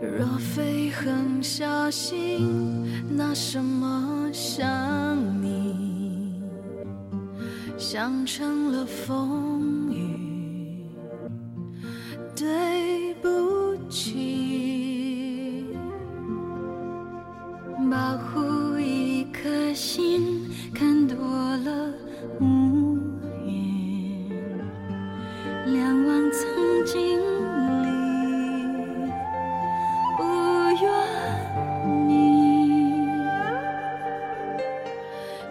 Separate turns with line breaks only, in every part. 若非狠下心，拿什么想你？想成了风雨，对不起。保护一颗心，看多了乌云，两忘曾经里，不怨你。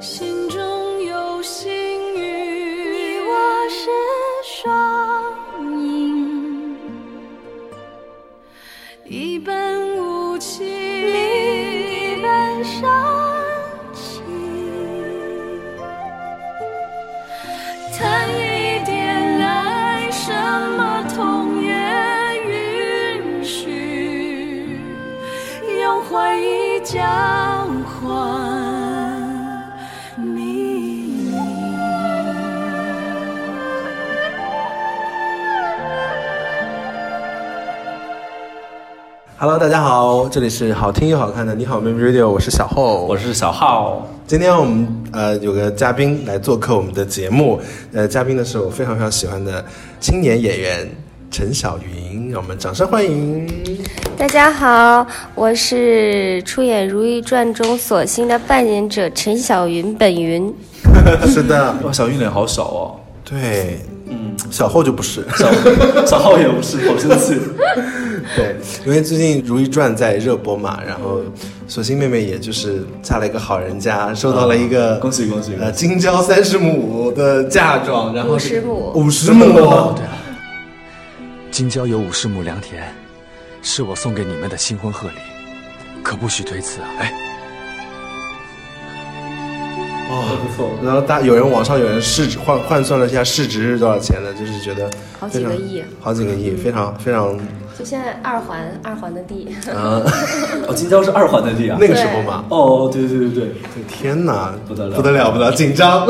心中有幸运，你我是双赢，一本无情，一本深情，谈一点爱，什么痛也允许，用怀疑交换秘密。
Hello，大家好，这里是好听又好看的你好妹妹 Radio，我是小厚，
我是小浩，
今天我们呃有个嘉宾来做客我们的节目，呃，嘉宾呢是我非常非常喜欢的青年演员陈小云，让我们掌声欢 迎。
大家好，我是出演《如懿传》中索性的扮演者陈小云本云。
是的，
哇，小云脸好少哦。
对，嗯，小厚就不 是，
小小浩也不是，好生 气。
对，因为最近《如懿传》在热播嘛，然后索性妹妹也就是嫁了一个好人家，收到了一个、
嗯恭喜恭喜
呃，京郊三十亩的嫁妆，然后
50亩
五十亩，
京郊有五十亩良田，是我送给你们的新婚贺礼，可不许推辞啊！哎，
哦，不错。
然后大有人网上有人市值换换算了一下市值是多少钱的，就是觉得
好几个
非常
亿啊
好几个亿，非常非常
就现在二环二环的 地，
啊，
哦，京郊是二环的地啊。
那个时候嘛，
哦，对对对对
天哪，
不得了
不得了，不得了，紧 张。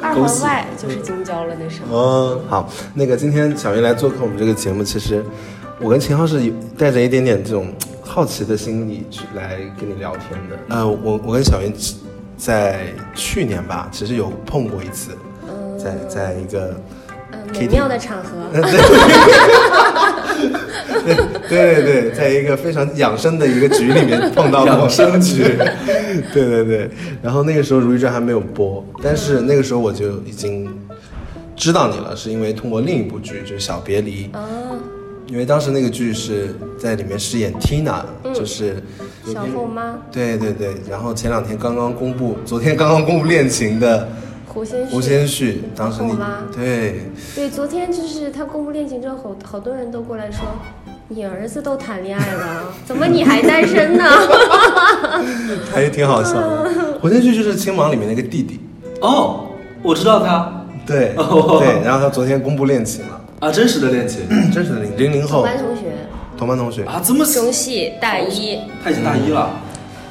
二
恭
环
喜
外就是京郊了。那时候
嗯，好，那个今天小云来做客我们这个节目，其实我跟秦昊是有带着一点点这种好奇的心理去来跟你聊天的。
嗯
呃，我我跟小云在去年吧，其实有碰过一次，在在一个
嗯，
KTV
美妙的场 合，
对对对，在一个非常养生的一个局里面碰到过
养生局，
对对对。然后那个时候《如懿传》还没有播，但是那个时候我就已经知道你了，是因为通过另一部剧就是《小别离》因为当时那个剧是在里面饰演 Tina，、就是
小后妈
对对对。然后前两天刚刚公布，昨天刚刚公布恋情的
胡先煦
吴先煦，当时你
后妈
对
对，昨天就是他公布恋情之后，好好多人都过来说，你儿子都谈恋爱了， 怎么你还单身呢？
还挺好笑的。胡先煦就是《青芒》里面那个弟弟。
对。哦，我知道他
对对，然后他昨天公布恋情了，
啊，真实的恋情
真是的零零
同
后
班同学，
同班同学，
啊，这么
中戏大一，
他已经大一了。 哦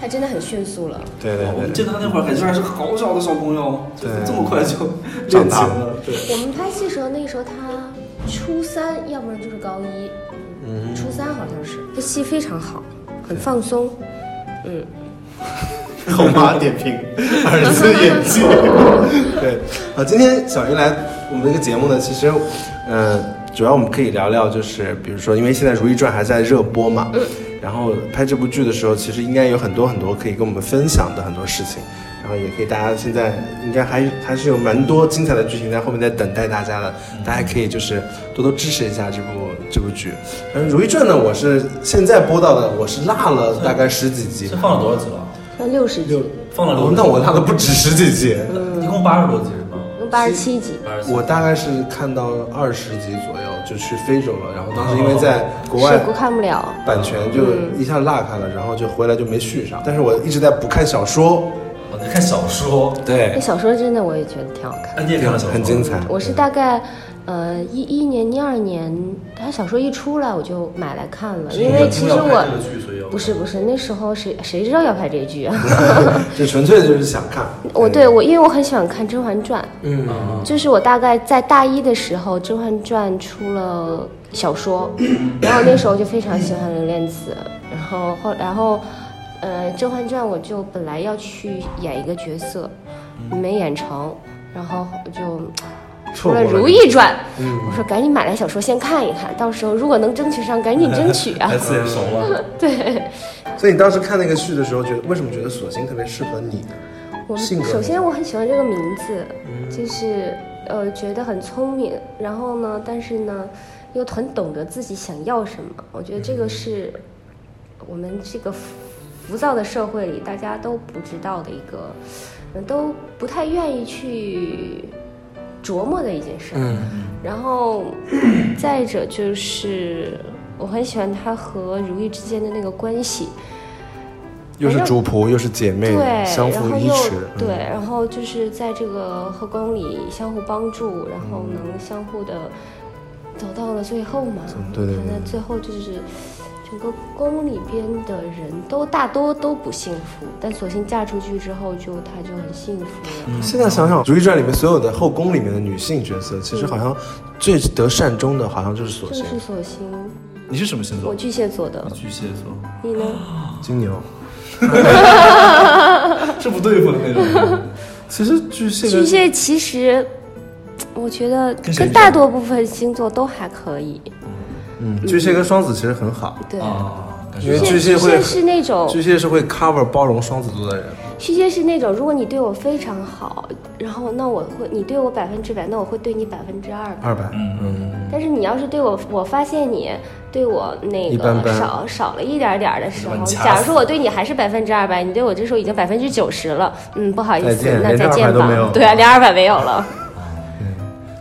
他真的很迅速了。
对
我
对
们
对，
见他那会儿感觉还是好小的小朋友，就
对
这么快就
长
恋
大
情
了
了。对，
我们拍戏时候，那个时候他初三，要不然就是高一，嗯，初三好像是。这戏非常好，很放松。嗯，
后妈点评儿子演技， 对，好，今天小云来我们这个节目呢，其实，呃，主要我们可以聊聊就是，比如说，因为现在《如懿传》还在热播嘛，然后拍这部剧的时候，其实应该有很多很多可以跟我们分享的很多事情。然后也可以，大家现在应该还还是有蛮多精彩的剧情在后面在等待大家的，大家可以就是多多支持一下这部这部剧。嗯，《如懿传》呢，我是现在播到的，我是落了大概十几 集，
这放了多啊少集了？
要六十集，
放了啊
哦
六，
那我落的不止十几集，
一共八十多集是吗？
八十七集，
八 十
我大概是看到二十集左右就去非洲了，然后当时因为
哦
在国外
不看不了。
版权就一下落开了，然后就回来就没续
嗯
上。但是我一直在补看小说，
我哦在看小说，
那
对，
小说真的我也觉得挺好看。
哎，你也看了小说？
很精彩。
哦我是大概，呃，一一年、一二年，他小说一出来我就买来看了，因为其实
要拍这个
我
剧所以要
不是不是那时候谁谁知道要拍这 剧啊？
就纯粹就是想看。
我哦对我因为我很喜欢看《甄嬛传》，
嗯，
就是我大概在大一的时候，《甄嬛传》出了小说，然后那时候就非常喜欢刘恋子，然后后然后，呃，《甄嬛传》我就本来要去演一个角色，没演成，然后就出
错
了
过
《如
这个
懿传》，我说赶紧买来小说先看一看，到时候如果能争取上，赶紧争取啊
台！词也熟了，
对，
所以你当时看那个剧的时候，觉得为什么觉得索性特别适合你呢？
我
性格嗯
首先我很喜欢这个名字，就是呃觉得很聪明，然后呢，但是呢又很懂得自己想要什么。我觉得
嗯
这个是我们这个浮浮躁的社会里大家都不知道的一个，呃都不太愿意去琢磨的一件事。嗯，然后再者就是我很喜欢他和如懿之间的那个关系。
又是主仆，又是姐妹
对，，
相互
然后
依
又
持。嗯
对，然后就是在这个后宫里相互帮助，然后
嗯
能相互的走到了最后嘛。
对对对
那最后就是整个宫里边的人都大多都不幸福，但索性嫁出去之后就她就很幸福了。
现在想想，《如懿传》里面所有的后宫里面的女性角色，其实好像最得善终的，好像就是索
就
性。
是索性，
嗯
你是什么星
我
座？
巨蟹座的，
巨蟹座，
你呢？
金牛，
是不对付的那种。其实巨蟹
巨蟹其实，我觉得
跟谁
跟大多部分星座都还可以。
嗯，巨蟹跟双子其实很好，
对，
啊，感
因为哦
觉
巨蟹会
巨蟹是那种
巨蟹是会 cover 包容双子座的人。
巨蟹是那种，如果你对我非常好，然后那我会，你对我百分之百，那我会对你百分之二百。
二百，嗯，
但是你要是对我，我发现你对我那
一
个
般般
少少了一点点儿的时
就
候，
把你掐死
假如说我对你还是百分之二百，你对我这时候已经百分之九十了，嗯，不好意
再
思
见，
那
连
再
200
见
都没有
吧
了。
对啊，连二百没有 了，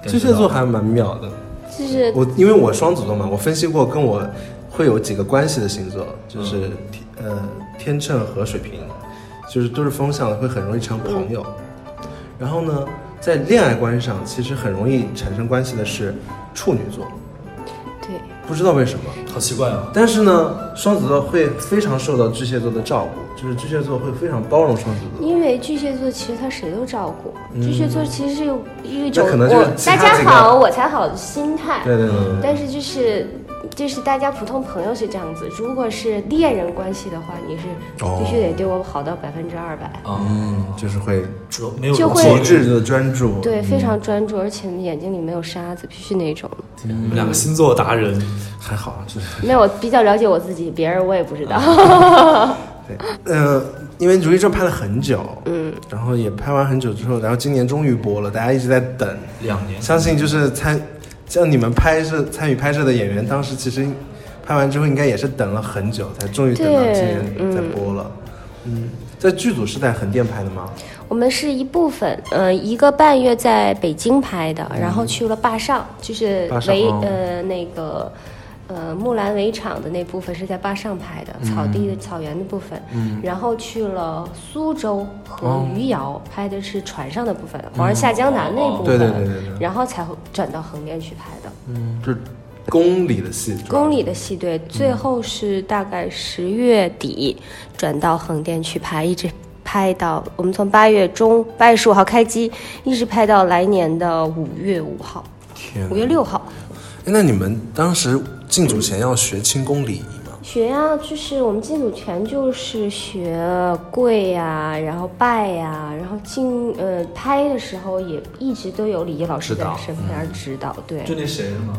巨蟹座还蛮妙的。
就是
我因为我双子座嘛，我分析过跟我会有几个关系的星座，就是天、呃天秤和水瓶，就是都是风向的，会很容易成朋友。然后呢，在恋爱关系上，其实很容易产生关系的是处女座，
对，
不知道为什么。
好奇怪啊，
但是呢，双子座会非常受到巨蟹座的照顾，就是巨蟹座会非常包容双子座。
因为巨蟹座其实他谁都照顾，巨蟹座其实是有一
嗯那
种
可能就是
我
其
大
他
家
几个
好我才好的心态。
对对对对对。
但是就是就是大家普通朋友是这样子，如果是恋人关系的话，你是
哦
必须得对我好到百分之二百，
嗯，就是会
没有
就会
极致的专注，
对，非常专注，而且眼睛里没有沙子，必须 那种。
你们两个星座达人，
还好，啊就是
没有，我比较了解我自己，别人我也不知道。
对，呃，因为《如懿传》拍了很久，嗯，然后也拍完很久之后，然后今年终于播了，大家一直在等。
两年
相信就是参像你们拍摄参与拍摄的演员，当时其实拍完之后应该也是等了很久，才终于等到今年
对
才播了。嗯，在剧组是在横店拍的吗？
我们是一部分，呃，一个半月在北京拍的，然后去了坝上，就是
嗯坝上
围
哦
呃那个呃木兰围场的那部分是在坝上拍的，
嗯
草地的草原的部分，然后去了苏州和余姚、拍的是船上的部分，皇上下江南那部
对
分，
哦对对对对
然后才会转到横店去拍的。
嗯，就是宫里的戏。
宫里的戏队最后是大概十月底转到横店去拍，一直拍到我们从八月中八月十五号开机，一直拍到来年的五月五号、
天
五月六号。
哎那你们当时进组前要学清宫礼仪吗？
学呀、就是我们进组全就是学跪呀、然后拜呀、然后进呃拍的时候也一直都有礼仪老师
指
在
导
身边指导。对，
就那谁是吗？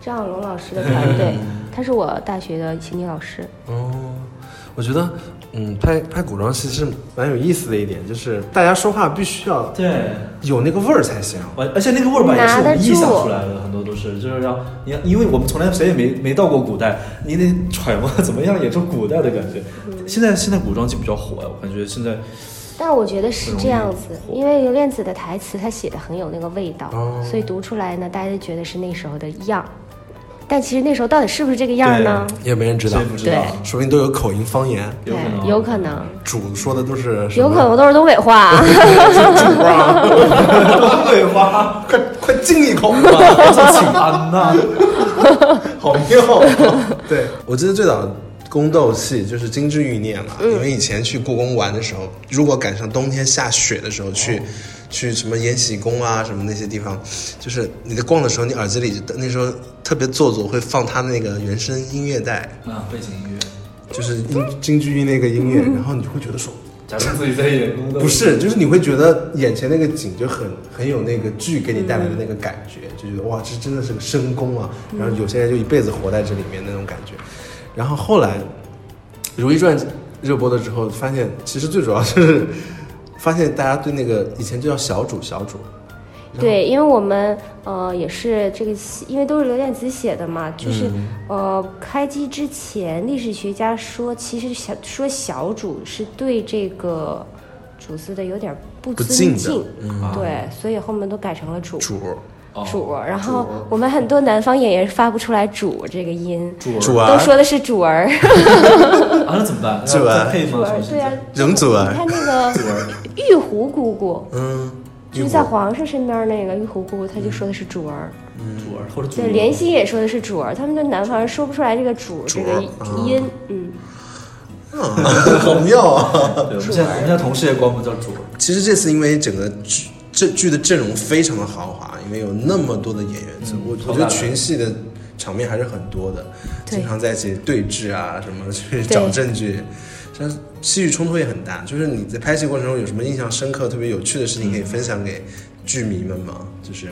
张小龙老师的团队，他是我大学的琴理老师。
哦，我觉得，嗯，拍拍古装戏是蛮有意思的一点，就是大家说话必须要
对，
有那个味儿才行。
而而且那个味儿吧也是
拿
我
得
们臆想
住
出来的，很多都是就是让你，因为我们从来谁也没没到过古代，你得揣摩怎么样演出古代的感觉。
嗯
现在现在古装剧比较火呀，我感觉现在
但我觉得是这样子，因为刘恋子的台词她写的很有那个味道，
哦
所以读出来呢，大家就觉得是那时候的样儿。但其实那时候到底是不是这个样儿呢？
也没人知
谁不知道？
说不定都有口音方言，
有可能
有可能，
主说的都是
有可能都是东北话。
东北 话， 啊
快快敬一口吧，
就请安呐，
好妙。 对，我记得最早。宫斗戏就是金枝欲孽嘛，因为以前去故宫玩的时候，如果赶上冬天下雪的时候去，去什么延禧宫啊什么那些地方，就是你在逛的时候，你耳机里就那时候特别做作，会放他那个原声音乐带，
啊，背景音乐，
就是音京剧那个音乐，然后你就会觉得说，
假装自己在演宫斗
不是，就是你会觉得眼前那个景就很很有那个剧给你带来的那个感觉，
嗯
就觉得哇，这真的是个深宫啊！然后有些人就一辈子活在这里面那种感觉。然后后来《如懿传》热播了之后，发现其实最主要是发现大家对那个以前就叫小主小主，
对，因为我们呃也是这个戏，因为都是刘念慈写的
嗯
嘛，就是、呃开机之前，历史学家说，其实小说小主是对这个主字的有点不
不
尊
敬的嗯
对，所以后面都改成了主
主
主，然后我们很多南方演员发不出来“主”这个音，
主
都
儿啊
说的是“主儿”，
啊，那怎么办？
是
要
吧
再配
主
吗？
儿
重，新
对啊
再，
容祖儿
你看那个玉壶姑姑，
嗯，
就是在皇上身边那个玉壶姑姑，她就说的是主儿。
主儿或者主
对，
儿
怜惜也说的是主儿，他们就南方人说不出来这个主这个音，嗯，
好妙啊！
对，我们现在我们现在同事也管我们叫主 儿，
其实这次因为整个剧这剧的阵容非常的豪华，因为有那么多的演员，所以我
超
我觉
嗯大
得
的
群戏的场面还是很多的，
对
经常在一起对峙啊，什么 去找证据，像戏剧冲突也很大。就是你在拍戏过程中有什么印象深刻、特别有趣的事情可以分享给剧迷们吗？就是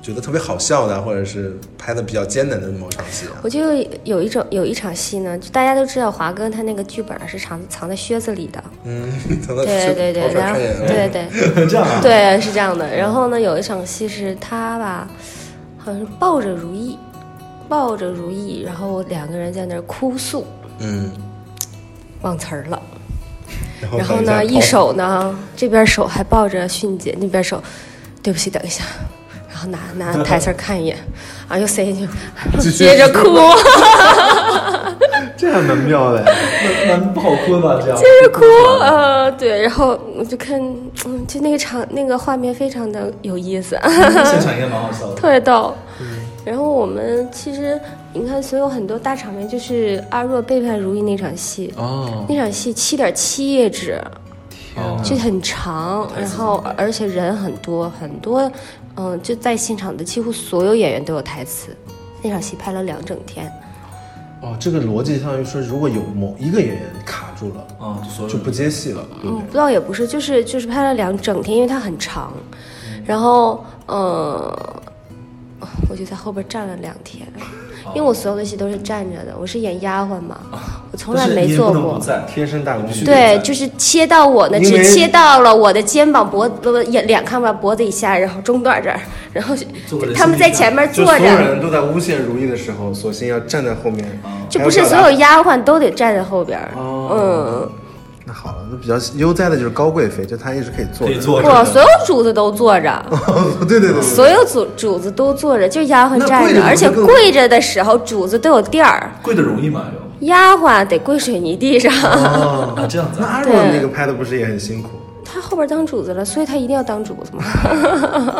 觉得特别好笑的啊，或者是拍的比较艰难的某场戏啊？
我就有一种有一场戏呢，就大家都知道华哥他那个剧本是藏藏在靴子里的，
嗯， 从那
对对对，
跑出来
然后
看演啊员
对对
这样啊？
对是这样的，然后呢有一场戏是他吧，好像是抱着如意，抱着如意，然后两个人在那儿哭诉，
嗯，
忘词儿了。
然后
然后
哦等
呢，
下
一
跑
手呢，这边手还抱着迅姐，那边手，对不起，等一下，然后拿拿台词儿看一眼，啊，又塞进去，接着哭，
这还蛮妙的。
那那不好哭吧？这样
接着哭，呃，对，然后我就看，嗯，就那个场那个画面非常的有意思，
现场应该蛮好笑的。
特别逗。
嗯
然后我们其实你看，所有很多大场面，就是阿若背叛如意那场戏，
哦，
那场戏七点七页纸，
天啊哪
就很长，然后而且人很多很多，嗯，就在现场的几乎所有演员都有台词。那场戏拍了两整天，
哦，这个逻辑相当于说，如果有某一个演员卡住了，
啊，就所有
就不接戏了，对不
嗯，不知道也不是，就是就是拍了两整天，因为它很长，然后呃，我就在后边站了两天，因为我所有的戏都是站着的，我是演丫鬟嘛，我从来
但是
没
你也
做
不能
过
不。在
对？贴身大公主，
对，就是切到我呢，
因为
只切到了我的肩膀、脖子、不眼两看吧，脖子以下，然后中段这儿，然后
坐着
他们在前面
就
坐
所有
着，
人都在诬陷如意的时候，索性要站在后面，
就不是所有丫鬟都得站在后边儿。嗯，
那好了，那比较悠哉的就是高贵妃，就她一直可以坐
可
着，
以坐
不，
着
所有主子都坐着，
对对对对，
所有主主子都坐着，就丫鬟
那
站
跪着
着，
不
而且
就更
跪着的时候主子都有垫儿，
跪的容易吗？又
丫鬟得跪水泥地上。
哦嗯
啊，这样子
那
啊，
阿若那个拍的不是也很辛苦？
他后边当主子了，所以他一定要当主子嘛。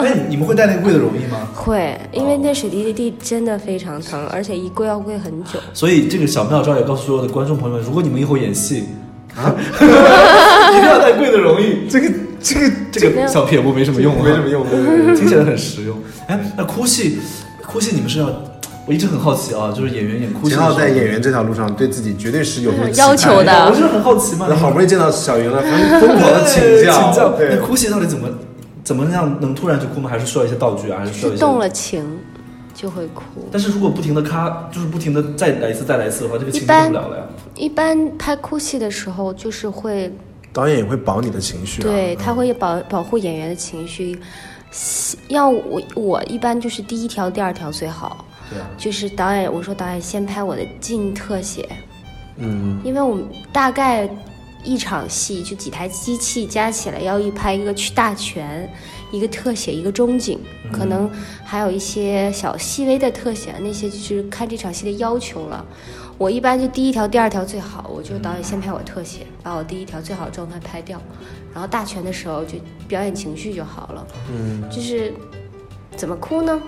哎，你们会带那个跪的容易吗？
会，因为那水泥地真的非常疼，而且一跪要跪很 久。
所以这个小妙招也告诉所有的观众朋友们，如果你们以后演戏啊， 一定要带跪的容易。
这个这个
这个小撇步没什么用啊，
没什么用，对对对
听起来很实用。哎，那哭戏，哭戏你们是要？我一直很好奇啊，就是演员演哭戏的时
秦
候，
昊在演员这条路上对自己绝对是有
嗯
所
要
期待
求的
哎我就是很好奇嘛。
那好不容易见到小云了，疯疯狂
疯狂
的
的
请
请
教，
教。那
对，
哭戏到底怎么怎么样能突然就哭吗？还是需要一些道具啊？还是需要一
是
些？
动了情就会哭。
但是如果不停的咔，就是不停的再来一次再来一次的话，这个情绪
一
动
般
不了了呀。
一般拍哭戏的时候，就是会
导演也会保你的情绪啊，
对他会保保护演员的情绪。西要我我一般就是第一条、第二条最好，
对啊，
就是导演我说导演先拍我的近特写，
嗯。
因为我们大概一场戏就几台机器加起来要一拍一个去大全，一个特写，一个中景，可能还有一些小细微的特写，那些就是看这场戏的要求了。我一般就第一条、第二条最好，我就导演先拍我特写，把我第一条最好的状态拍掉，然后大全的时候就表演情绪就好了。嗯，就是怎么哭呢？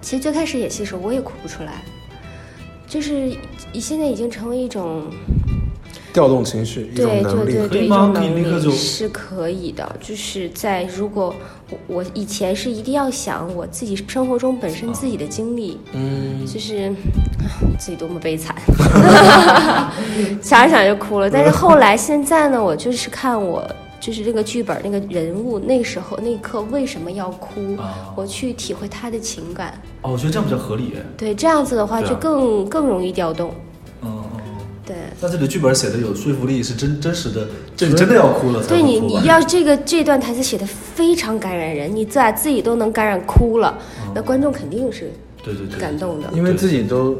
其实最开始演戏的时候我也哭不出来，就是已现在已经成为一种
调动情绪，一种
对
能
对
力
对
可以
对，一
吗
种
可以
能
立刻就
力是可以的，就是在如果我我以前是一定要想我自己生活中本身自己的经历，嗯，就是啊自己多么悲惨， 想着想着就哭了。但是后来现在呢，我就是看我。就是这个剧本那个人物，那时候那一刻为什么要哭？
啊
我去体会他的情感，
哦，我觉得这样比较合理。哎
对这样子的话
对啊
就更、更容易调动。
嗯嗯。嗯
对，
那这里剧本写的有说服力，是真真实的，这你真的要哭了才
对
会
你，
哭吧
你要这个这段台词写的非常感染人，你咋自己都能感染哭了，那观众肯定是
对对对啊
感动的。
因为自己都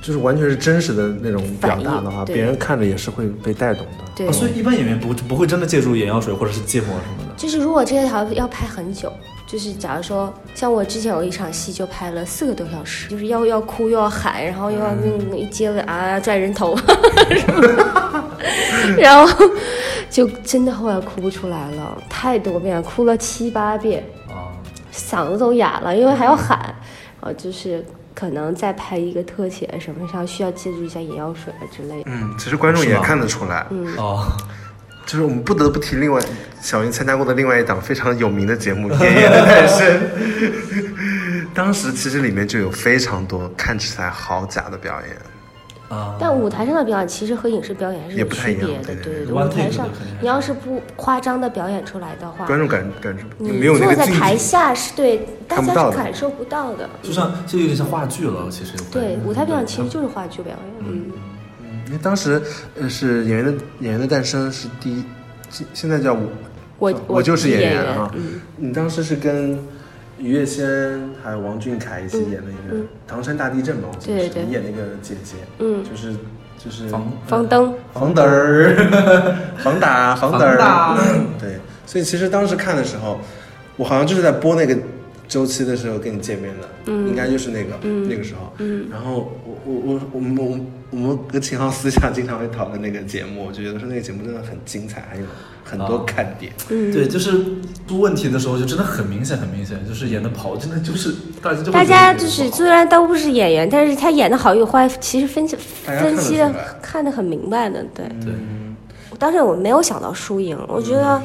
就是完全是真实的那种表达的
反
话，
应对
别人看着也是会被带动的。
对
啊，所以一般演员不不会真的借助眼药水或者是芥末什么的。
就是如果这条要拍很久，就是假如说像我之前有一场戏就拍了四个多小时，就是要要哭又要喊，然后又要那种一接吻啊拽人头， 然后就真的后来哭不出来了，太多遍了，哭了七八遍。
啊，
嗓子都哑了，因为还要喊，啊，就是可能再拍一个特写什么上需要借助一下眼药水啊之类的。
嗯，其实观众
是
也
吗
看得出来，
嗯
哦，
就是我们不得不提另外小云参加过的另外一档非常有名的节 目《爷爷的诞生》，当时其实里面就有非常多看起来好假的表演。
啊，
但舞台上的表演其实和影视表演还是
也
有
不太
区
一样
别的，
对对
对
对对。舞
one take
台上
的肯定还是
你要是不夸张的表演出来的话，
观众感感受
你
没有那
坐
个
在
劲
台下是对大
看不
家
到
是
的
感受不到的。
就像就有点像话剧了，其实
对，舞台表演其
嗯
实就是话剧表演，嗯，
因为当时呃是《演员的演员的诞生》是第一，现现在叫我
我
我嗯就是演
演
员啊
嗯，
你当时是跟于月仙还有王俊凯一起演的一个《唐山大地震》吧？我记得
对
是
对
你演那个姐姐，
嗯
就是就是
房
方登，
防嘚 儿，防打，防嘚儿
防打，
对，所以其实当时看的时候，我好像就是在播那个周期的时候跟你见面的，嗯，应该就是那个、那个时候，嗯，然后我我我我们我们我们跟秦昊私下经常会讨论那个节目，我就觉得说那个节目真的很精彩，还有很多看点，
嗯
对，就是出问题的时候就真的很明显，很明显，就是演的不好，真的就是大家就会
大家
觉得演
就
得
是
不好
虽然都不是演员，但是他演的好与坏，其实分析
大家看
分
得
析
出
的
来嗯
看得很明白的，对。
对，
当时我没有想到输赢，我觉得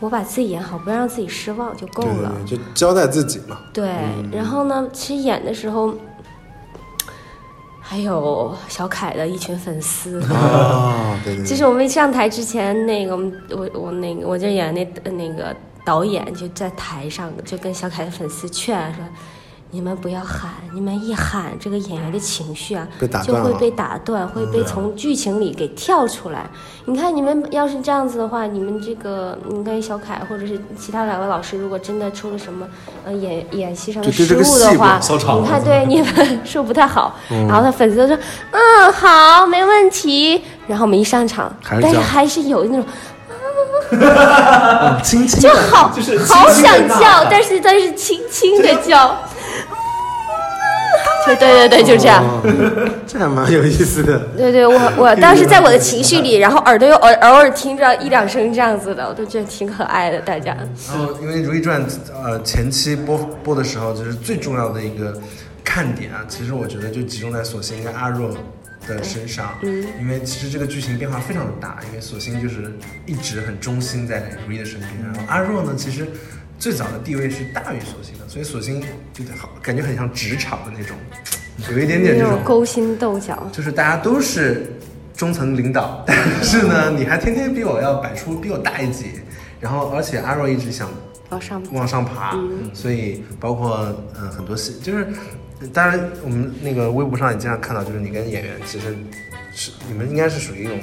我把自己演好，不让自己失望就够了。
对，就交代自己嘛，
对
嗯
然后呢，其实演的时候。还有小凯的一群粉丝，
啊，对对
就，是我们上台之前，那个我们我我那个我就演那那个导演就在台上就跟小凯的粉丝劝说，你们不要喊，你们一喊这个演员的情绪啊
被打，
就
断
会
了
被打断，会被从剧情里给跳出来。你看你们要是这样子的话，你们这个你看小凯或者是其他两位老师，如果真的出了什么呃演演戏上的
就对
失
这个
误
戏
的
不
话，
收场了
你看对你们说不太好，然后他粉丝都说嗯好没问题，然后我们一上场，
还是
但是
这样
还是有那种。
啊
轻轻
就好
就是
哦好
轻轻地
想
呐
叫
喊，
但是但是轻轻的叫，就对对对，就这样。
这还蛮有意思的。
对对，我我当时在我的情绪里，然后耳朵又偶 偶尔听着一两声这样子的，我都觉得挺可爱的。大家，
然后，哦因为《如懿传》呃前期播播的时候，就是最重要的一个看点啊，其实我觉得就集中在索性跟阿若的身上，嗯，因为其实这个剧情变化非常的大，因为索性就是一直很忠心在如懿的身边，然后阿若呢，其实最早的地位是大于索性的，所以索性就得好感觉很像职场的那种，有一点点
没
这
有
种
勾心斗角，
就是大家都是中层领导， 但是呢，你还天天比我要摆出比我大一截，然后而且阿若一直想
往上嗯
往上爬，所以包括呃很多戏，就是当然我们那个微博上也经常看到，就是你跟演员其实是你们应该是属于一种，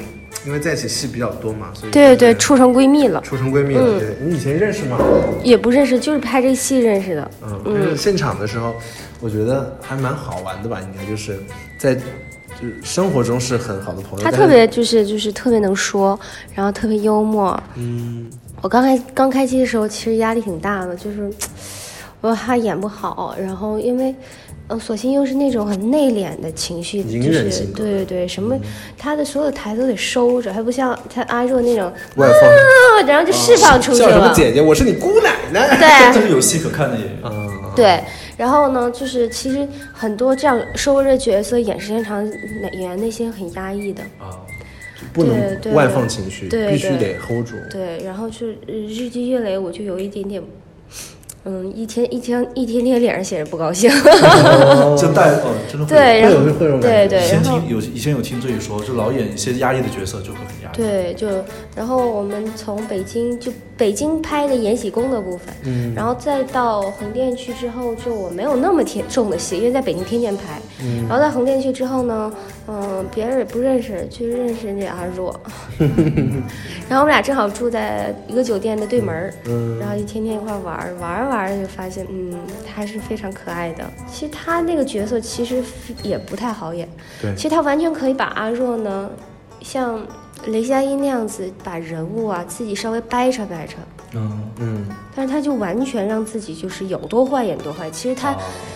因为在一起戏比较多嘛，所以
对对，嗯
就是
处成闺蜜了，
处成闺蜜了。对，你以前认识吗？
也不认识，就是拍这戏认识的。
嗯，就是现场的时候，我觉得还蛮好玩的吧，应该就是在就是生活中是很好的朋友，
他
但是
特别就是就是特别能说，然后特别幽默。嗯，我刚开刚开机的时候，其实压力挺大的，就是我怕演不好，然后因为。呃，索性又是那种很内敛的情绪，
隐
就
忍
是
性格嗯
对对对，什么他的所有台词都得收着，还不像他阿若那种
外放。
啊，然后就释放出去
哦叫什么
了。
姐姐？我是你姑奶奶。
对
这，是有戏可看的演员。
嗯，
对，然后呢，就是其实很多这样收着角色演时间长，演员内心很压抑的。
啊，
不
对
能
对
外放情绪，
对
必须
对
得 hold 住。
对，然后就是呃日积月累，我就有一点点，嗯，一天一天一天天脸上写着不高兴。
就带哦，真的会
对，然
会有
后
会有这种
对
感觉
对，
先
然后
听有以前有听这一说，就老演一些压抑的角色就会很压抑。，
对，就然后我们从北京就北京拍的《延禧宫》的部分，嗯，然后再到横店去之后，就我没有那么天重的戏，因为在北京天天拍，然后在横店去之后呢，嗯、别人也不认识，就认识那阿若，然后我们俩正好住在一个酒店的对门儿，
嗯
然后就天天一块儿玩儿，玩儿玩儿就发现，嗯，他还是非常可爱的。其实他那个角色其实也不太好演，
对
其实他完全可以把阿若呢，像雷佳音那样子，把人物啊自己稍微掰扯掰扯，
嗯，
嗯，
但是他就完全让自己就是有多坏演多坏。其实他。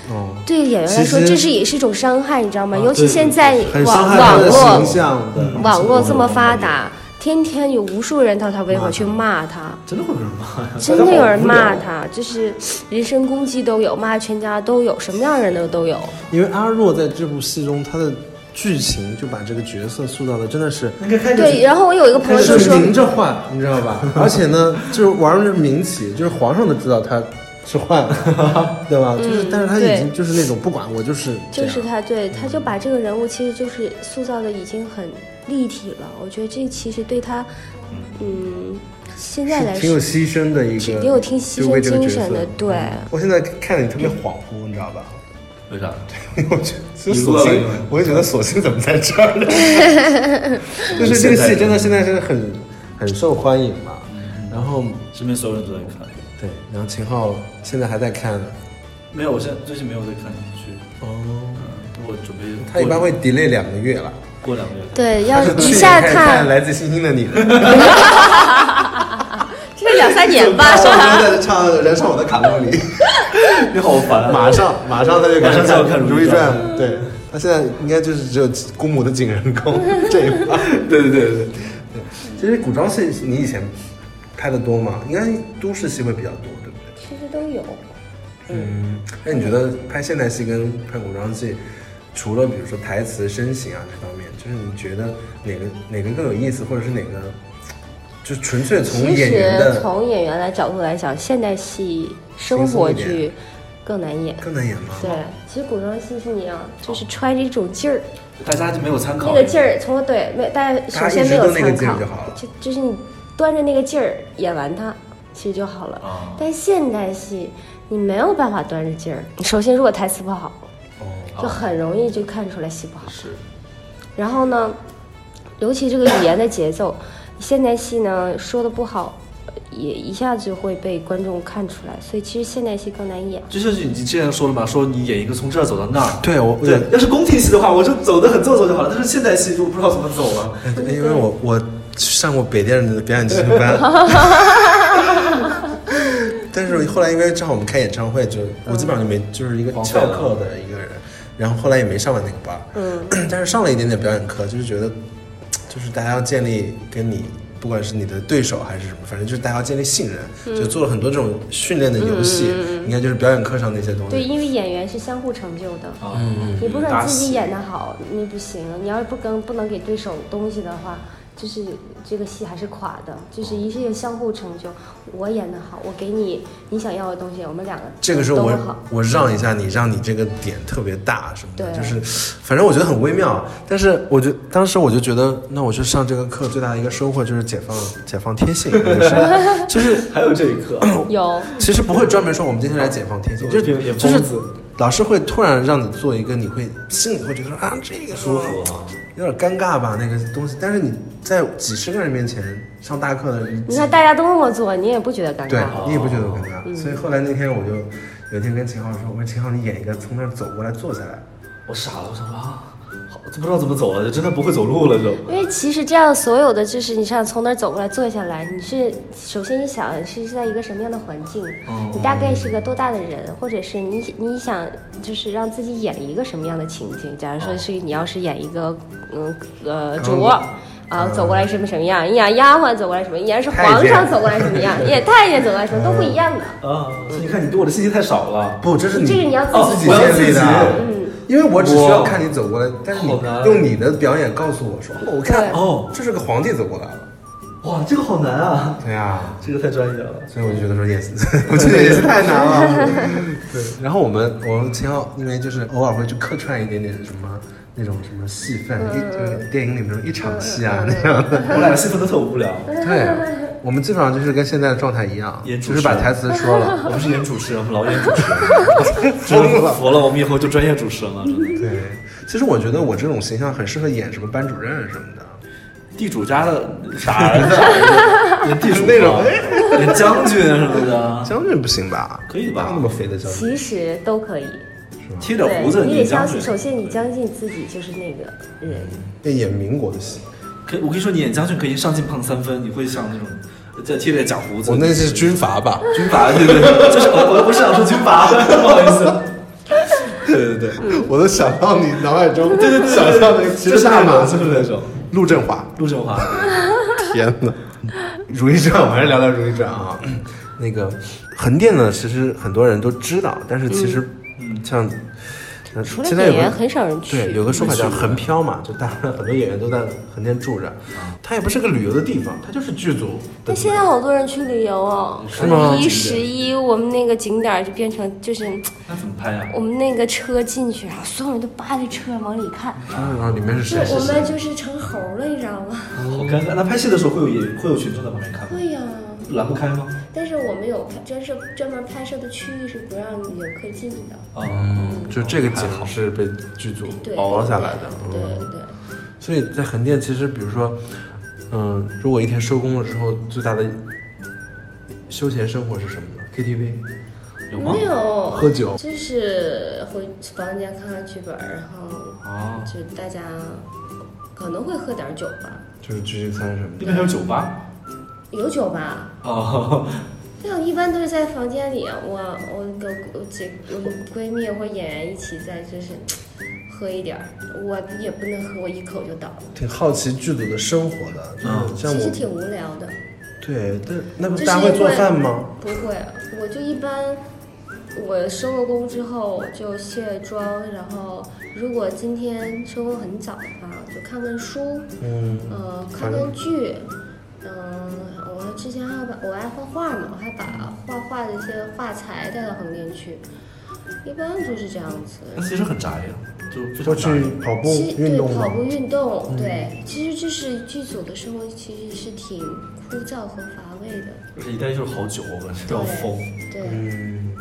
哦，
对演员来说，
其实
这是也是一种伤害，你知道吗？
啊
尤其
对
现在
很伤
网
害他
网
的
络
形象的。
网络这么发达，天天有无数人到他微博去骂他，
真的会有人骂呀？
真的有人骂
大家好
他，就是人身攻击都有，骂全家都有，什么样的人都都有。
因为阿若在这部戏中，他的剧情就把这个角色塑造的真的是
无聊。应该开始
对，然后我有一个朋
他
友就是说，
明着换，你知道 吧？而且呢，就是玩儿民企，就是皇上都知道他是坏 的，对吧？就是，但是他已经就是那种不管我就是这
嗯就
样
是他，对，他就把这个人物其实就是塑造的已经很立体了。我觉得这其实对他，嗯，现在来
是 挺有
说
牺牲的一个，
挺有挺牺
就
牲
为这个
精
角
神的
色，嗯
对。
我现在看你特别恍惚，你知道吧？
为啥？
我觉得就
你乐
索
了
性
因为，
我就觉得索性怎么在这儿呢？ 就是这个戏真的嗯现在是很很受欢迎嘛。然后
身边所有人都在看。
对，然后秦昊现在还在看，
没有，我现在最近没有在看剧。哦，我准备
他一般会 delay 两个月了。
过两个月。
对， 要
他是
呃一
去
下
年开始 看《来自星星的你》，
这两三年吧，是吧？
他在唱《燃烧我的卡路里》，
你好烦啊！
马上 马上他就开始
马上就要看
《
如
如
懿
懿
传
传》了。对，他现在应该就是只有姑母的景仁宫这一趴。
对对对对，
对其实古装戏你以前拍的多吗？应该都市戏会比较多，对不对？
其实都有。
嗯，那你觉得拍现代戏跟拍古装戏，除了比如说台词、身形啊这方面，就是你觉得哪个哪个更有意思，或者是哪个，就纯粹从
其
演员
实
的
从演员来角度来讲，现代戏、生活
轻松一
剧更难演。
更能演吗？
对，其实古装戏是你啊，就是揣着一种劲儿，
大家就没有参考
那个劲儿从对没，大家首先没有
大家一直都那
参
个劲
考
儿就好了，
就就是你端着那个劲儿演完它，其实就好了。
啊
但现代戏你没有办法端着劲儿，首先如果台词不好，
哦，
就很容易就看出来戏不好。
是
然后呢，尤其这个语言的节奏，现代戏呢说的不好，呃也一下子就会被观众看出来，所以其实现代戏更难演。
就像是你之前说了嘛，说你演一个从这儿走到那儿。
对我
对，要是宫廷戏的话，我就走得很做作就好了。但是现代戏就不知道怎么走啊了。
对， 因为我我上过北电的表演技术班，但是后来因为正好我们开演唱会，就我基本上就没就是一个
荒废
翘
了
课的一个人，然后后来也没上完那个班，嗯， 但是上了一点点表演课，就是觉得就是大家要建立跟你。不管是你的对手还是什么，反正就是大家要建立信任，就做了很多这种训练的游戏，应该就是表演课上那些东
对，
西。
因为演员是相互成就的。
啊，
嗯
你不说你自己演的好，你不行。你要是不跟不能给对手东西的话，就是这个戏还是垮的。就是一是相互成就，我演的好，我给你你想要的东西，我们两个
这个时候
都
我
好。
我让一下你，让你这个点特别大什么的，
对
就是反正我觉得很微妙。但是我觉当时我就觉得，那我去上这个课最大的一个收获就是解放解放天 性，就是就是
还有这一刻，
有，
其实不会专门说我们今天来解放天性，就
也
是
也疯
就是
子
老师会突然让你做一个，你会心里会觉得说啊这个
舒服啊，
有点尴尬吧那个东西，但是你在几十个人面前上大课的，
你看大家都那么做，你也不觉得尴
对
尬。嗯
你也不觉得有尴尬。所以后来那天我就有一天跟秦昊说：“我说秦昊，你演一个从那儿走过来坐下来。
我傻了，我想说啊，好，都不知道怎么走了，就真的不会走路了，就
因为其实这样所有的就是你像从哪儿走过来坐下来，你是首先你想是在一个什么样的环境，你大概是个多大的人，或者是你你想就是让自己演一个什么样的情境。假如说是你要是演一个嗯呃主卧啊走过来什么什么样，你演丫鬟走过来什么，你演是皇上走过来什么样，你演太监走过来什么都不一样的。
啊，所以你看你对我的信息太少了。
不，这是你哦
这个你要自己
自己建立的。
嗯，
因为我只啊需要看你走过来，但是你
好难
用你的表演告诉我说，哦，我看
对
哦
这是个皇帝走过来了。
哇，这个好难啊，
对呀、
这个太专业了。
所以我就觉得说 yes，我 觉得也是太难 了。对，然后我们我们秦昊，因为就是偶尔会去客串一点点什么那种什么戏份，
嗯
一就是电影里面一场戏啊那样的。
我俩兴奋的特无聊。
对，我们基本上就是跟现在的状态一样，
演
就
主
是把
持
台词说了。
我们是演主持人，我们老演主持人，真的服了，我们以后就专业主持人了，真的。
对，其实我觉得我这种形象很适合演什么班主任什么的。
地主家的傻儿子， 连地主
那种
啊连将军啊什么的，
将军不行吧？
可以吧
哪有那么肥的将军？
其实都可以。
贴着胡子
对，你
你
得
将
相
军
信，。首先你相信自己就是那个人。
那演民国的戏，
可我跟你说，你演将军可以上镜胖三分，你会像那种在贴着假胡子。
我那是军阀 吧？
军阀，对对对，就是我我不是想说军阀，不好意思。对对对，
我都想到你脑海中想象的骑
就
着
是
大
那
马
种，
是
就是
不
那
是？
种
陆振华，
陆振华。
天 哪！《如懿传》，我们还是聊聊《如懿传》啊。那个横店呢，其实很多人都知道，但是其实，嗯，像呃
除了
现在有
演
个
员，很少人
对，
去。
有个说法叫“横漂”嘛，就大家 很多演员都在横店住着，它也不是个旅游的地方，它就是剧组的
但现在好多人去旅游哦，
是吗
一十一，我们那个景点儿就变成就是
那怎么拍啊呀、
我们那个车进去啊，所有人都扒着车往里看，
嗯，然后里面是
就
谁？
我
是
们
谁？
就是成猴了，你知道吗？
好尴尬。那拍戏的时候会有演会有群众在旁边看吗？
对呀、
拦不开吗？
但是我们有专设专门拍摄的区域是不让游客进的。
啊、
嗯，就这个景是被剧组
对
保留下来的，
对
嗯。
对对，
所以在横店，其实比如说，嗯，如果一天收工了之后，最大的休闲生活是什么呢？KTV，
有吗
没？有
喝酒
就是回房间看看剧本，然后
啊，
就大家可能会喝点酒吧，
就是聚聚餐什么的。
那边还有酒吧
有酒吧。
哦，
那我一般都是在房间里，啊我我跟我姐我们闺蜜或演员一起在，就是喝一点儿，我也不能喝，我一口就倒了，
挺好奇剧组的生活的，
嗯
就是像
其实
我，
挺无聊的。
对，但那不
就是
大家会做饭吗？
不会，我就一般，我收了工之后就卸妆，然后如果今天收工很早的话，就看看书，
嗯，
呃，
看
看看剧，嗯、我之前还把我爱画画嘛，我还把画画的一些画材带到横店去，一般就是这样子。
那其实很宅呀，就非
就
常宅
去。跑步
其实
运
对
动嗯
跑
吗？
步运动，对，其实就是剧组的生活其实是挺枯燥和乏味的，
就是一待就是好久，我感觉要疯。
对。
嗯，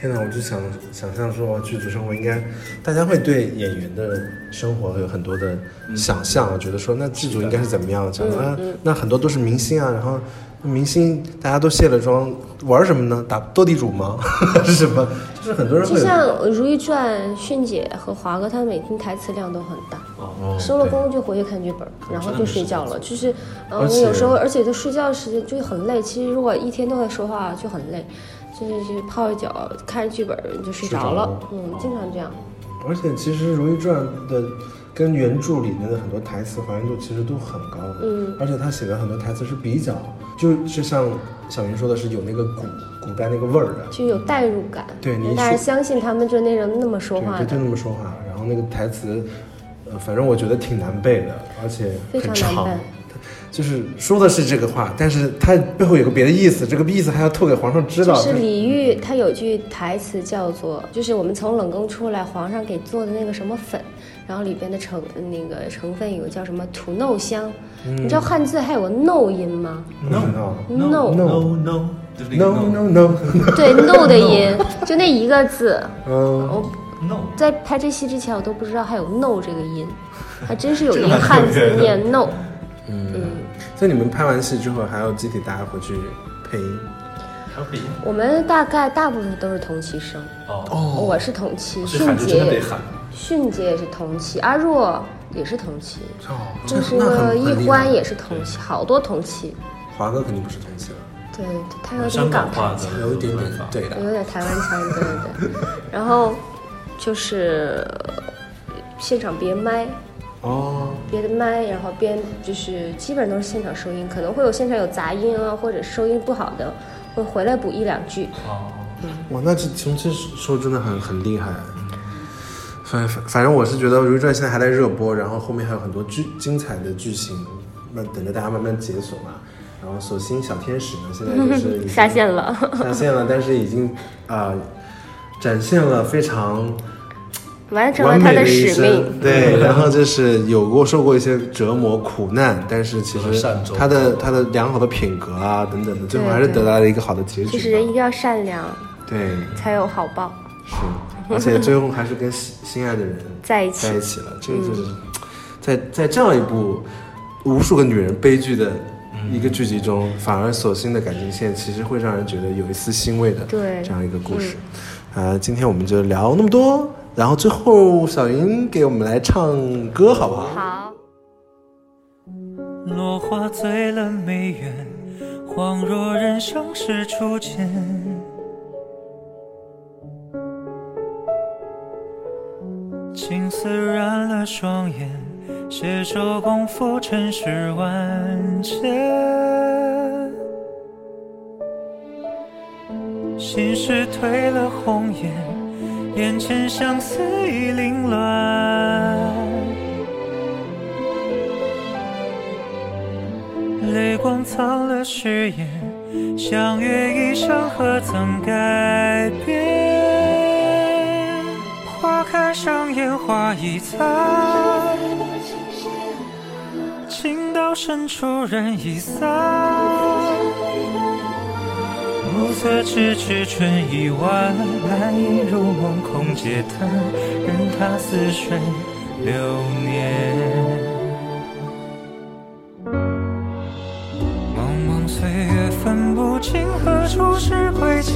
天哪，我就想想象说剧组生活应该，大家会对演员的生活有很多的
嗯
想象，啊觉得说那剧组应该是怎么样？想那、那很多都是明星啊，然后明星大家都卸了妆，玩什么呢？打斗地主吗？ 是什么？就是很多人
就
会
像《如懿传》，迅姐和华哥他们每天台词量都很大，
哦，
收了工就回去看剧本，
哦
然后就睡觉了。就是，呃，
而
我
且
有时候而且就睡觉时间就很累。其实如果一天都在说话就很累，就是去泡一脚，看着剧本就睡着了。嗯，经常这样。
而且其实《如懿传》的跟原著里面的很多台词还原度其实都很高的，
嗯，
而且他写的很多台词是比较，就是像小云说的是有那个古古代那个味儿的，
就有代入感，
对你一
但是
说
相信他们就那种那么说话
对，就
的
就，那么说话。然后那个台词，呃，反正我觉得挺难背的，而且
非
很
常
长
难背。
就是说的是这个话，但是它背后有个别的意思，这个意思还要透给皇上知
就
道。
是
就是
李煜他有句台词叫做，就是我们从冷宫出来，皇上给做的那个什么粉，然后里边的成那个成分有个叫什么土耨香，
嗯
你知道汉字还有个耨音吗
不知道。
？no
no no，就是那个
No no no，
对 no 的音，就那一个字。
嗯，
我
no，
在拍这戏之前，我都不知道还有 no 这个音，还真是有一个汉字念 no。
嗯
嗯
所以你们拍完戏之后还要集体大家回去配音。
还有配音
我们大概大部分都是同期生，
哦，
我是同期，
这喊
迅
就真
姐
的
也
得喊。
迅姐也是同期，阿若也是同期。
哦，
就
那很
是一欢也是同期，好多同期。
华哥肯定不是同期了，
对，他有
香
点
港
港
话
台
的
腔，
有一点点对的。
有点台湾腔，对对对。然后就是现场别麦，
哦，
别的麦，然后编就是基本都是现场收音，可能会有现场有杂音啊，或者收音不好的，会回来补一两句。
哦，
哇，那这琼这时候真的很很厉害。反反反正我是觉得《如懿传》现在还在热播，然后后面还有很多剧精彩的剧情，慢等着大家慢慢解锁吧。然后索星小天使呢，现在就是已经
下线了，
下线了，但是已经啊、展现了非常
完成了
完
他
美
的
一
使
生
命。。
对，然后就是有过受过一些折磨苦难，但是其
和
实
善终
他的他的良好的品格啊等等的，最后
对
还是
对
得到了一个好的结局
就是
吧
人一定要善良，
对，
才有好报。
是，而且最后还是跟心心爱的人
在一起嗯
在一起了，这个就是在在这样一部无数个女人悲剧的一个剧集中，反而所幸的感情线其实会让人觉得有一丝欣慰的，
对嗯
这样一个故事。呃，今天我们就聊那么多，然后最后小云给我们来唱歌好不好？
好，
落花醉了眉眼，恍若人生是初见。青丝染了双眼，携手共赴尘世万千。心事褪了红颜，眼前相思已凌乱。泪光藏了誓言，相约一生何曾改变？花开上烟花易残，情到深处人已散。暮色迟迟，春已晚，难以入梦空嗟叹，任它似水流年。茫茫岁月分不清何处是归期，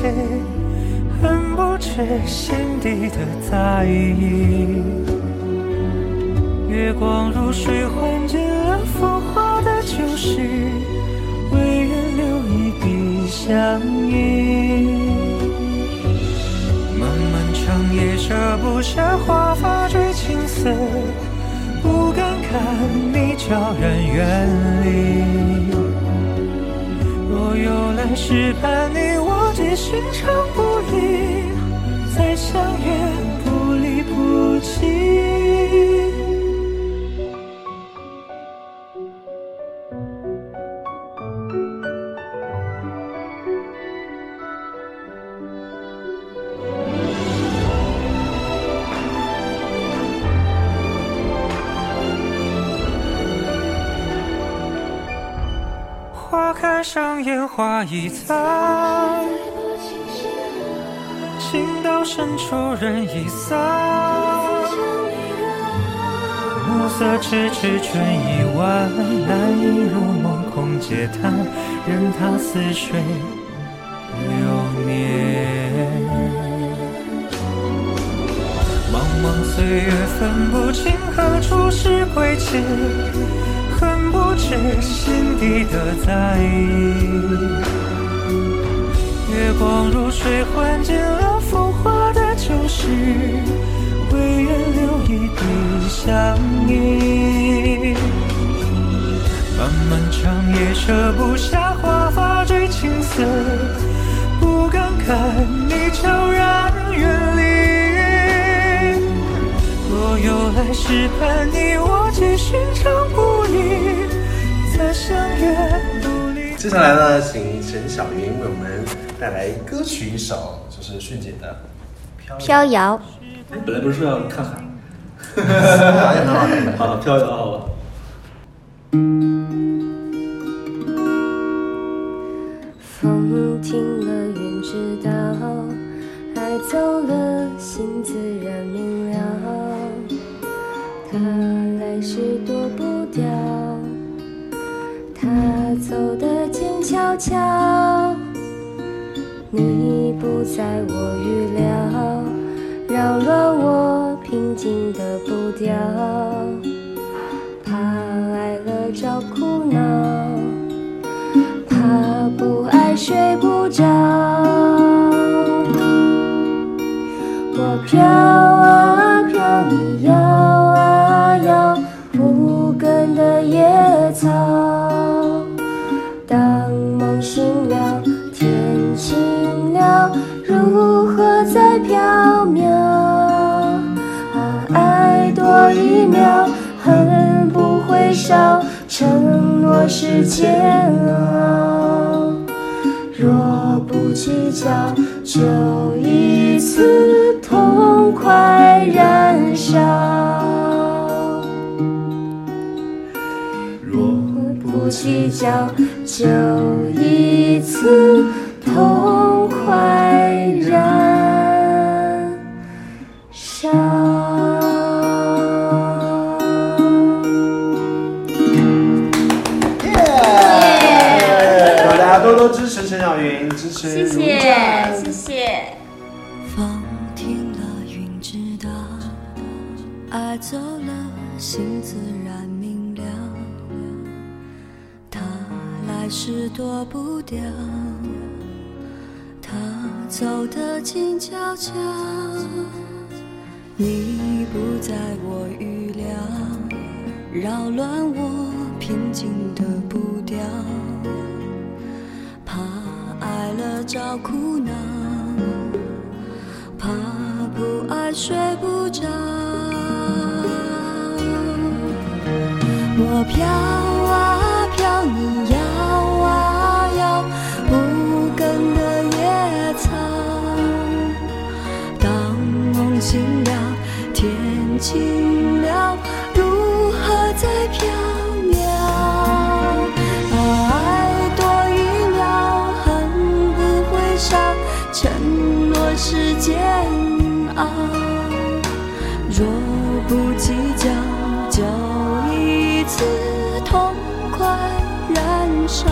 恨不知心底的在意。月光如水环进了浮华的旧事，唯愿留一笔相依。漫漫长夜舍不下华发追青丝，不敢看你悄然远离。若有来世伴你，我即寻常不易，再相约不离不弃。花开上烟花易残，情到深处人已散。暮色迟迟，春已晚，难以入梦空嗟叹，任它似水流年。茫茫岁月分不清何处是归期，恨不知心底的在意。月光如水环进了浮华的旧事，唯愿留一笔相依。漫漫长夜舍不下华发追青丝，不敢看你悄然远离。若有来世伴你，我即寻常不易，再相约不离。
接下来呢，请陈小云为我们带来歌曲一首，就是迅姐的
飘摇，
哎本来不是说要看海，
哎很好听
好飘摇好吧？
风停了云知道，爱走了心自然明了，他来时躲不掉，他走得静悄悄。你不在我预料，扰乱我平静的步调，怕爱了找苦恼。怕不爱睡不着。我飘啊飘，你摇啊摇，无根的野草。当梦醒了，天晴了，如何再飘渺？啊啊
少承诺是煎熬。若不计较，就一次痛快燃烧。若不计较，就一次痛快燃烧。
希望大家多多支持陈小云，支持
谢谢
如
谢谢。
风停了，云知道；爱走了，心自然明了。他来时躲不掉，他走得静悄悄。你不在我预料，扰乱我平静的步调。怕爱了找苦恼，怕不爱睡不着。我飘啊飘，你摇啊摇，无根的野草。当梦醒了，天晴了，如何再飘渺？爱多一秒，恨不会少，承诺是煎熬。若不计较，就一次痛快燃烧。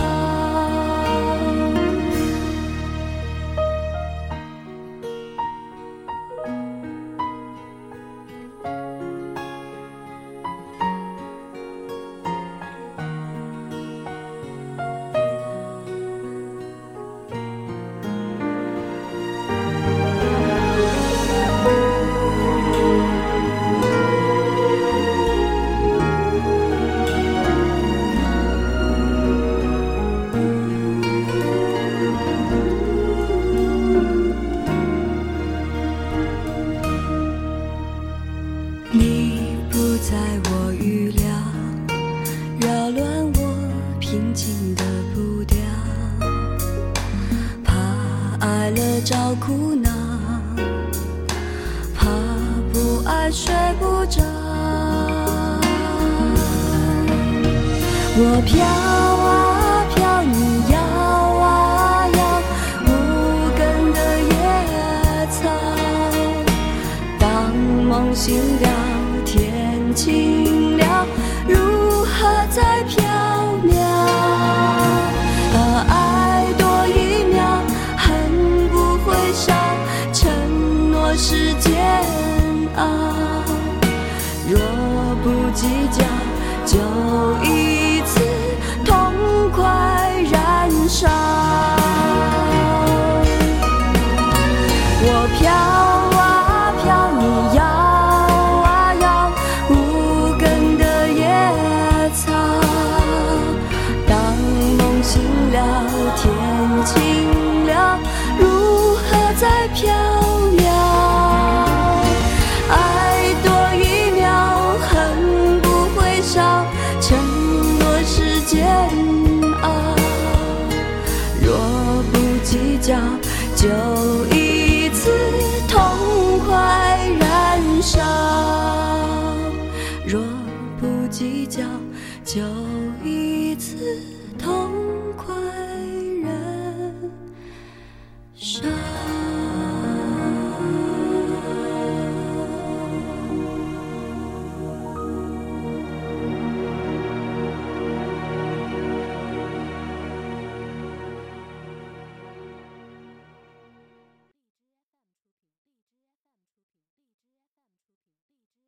你不在我预料，扰乱我平静的步调。怕爱了找苦恼，怕不爱睡不着。我飘啊飘，你摇啊摇，无根的野草。当梦醒了，天晴了，如何再飘渺？啊，爱多一秒，恨不会少，承诺是煎熬。若不计较，就一次痛快燃烧。我飘啊飘，你摇啊摇，无根的野草。当梦醒了，天晴了，如何再飘渺？爱多一秒，恨不会少，承诺是煎熬。若不计较，就一次痛快燃烧；若不计较，就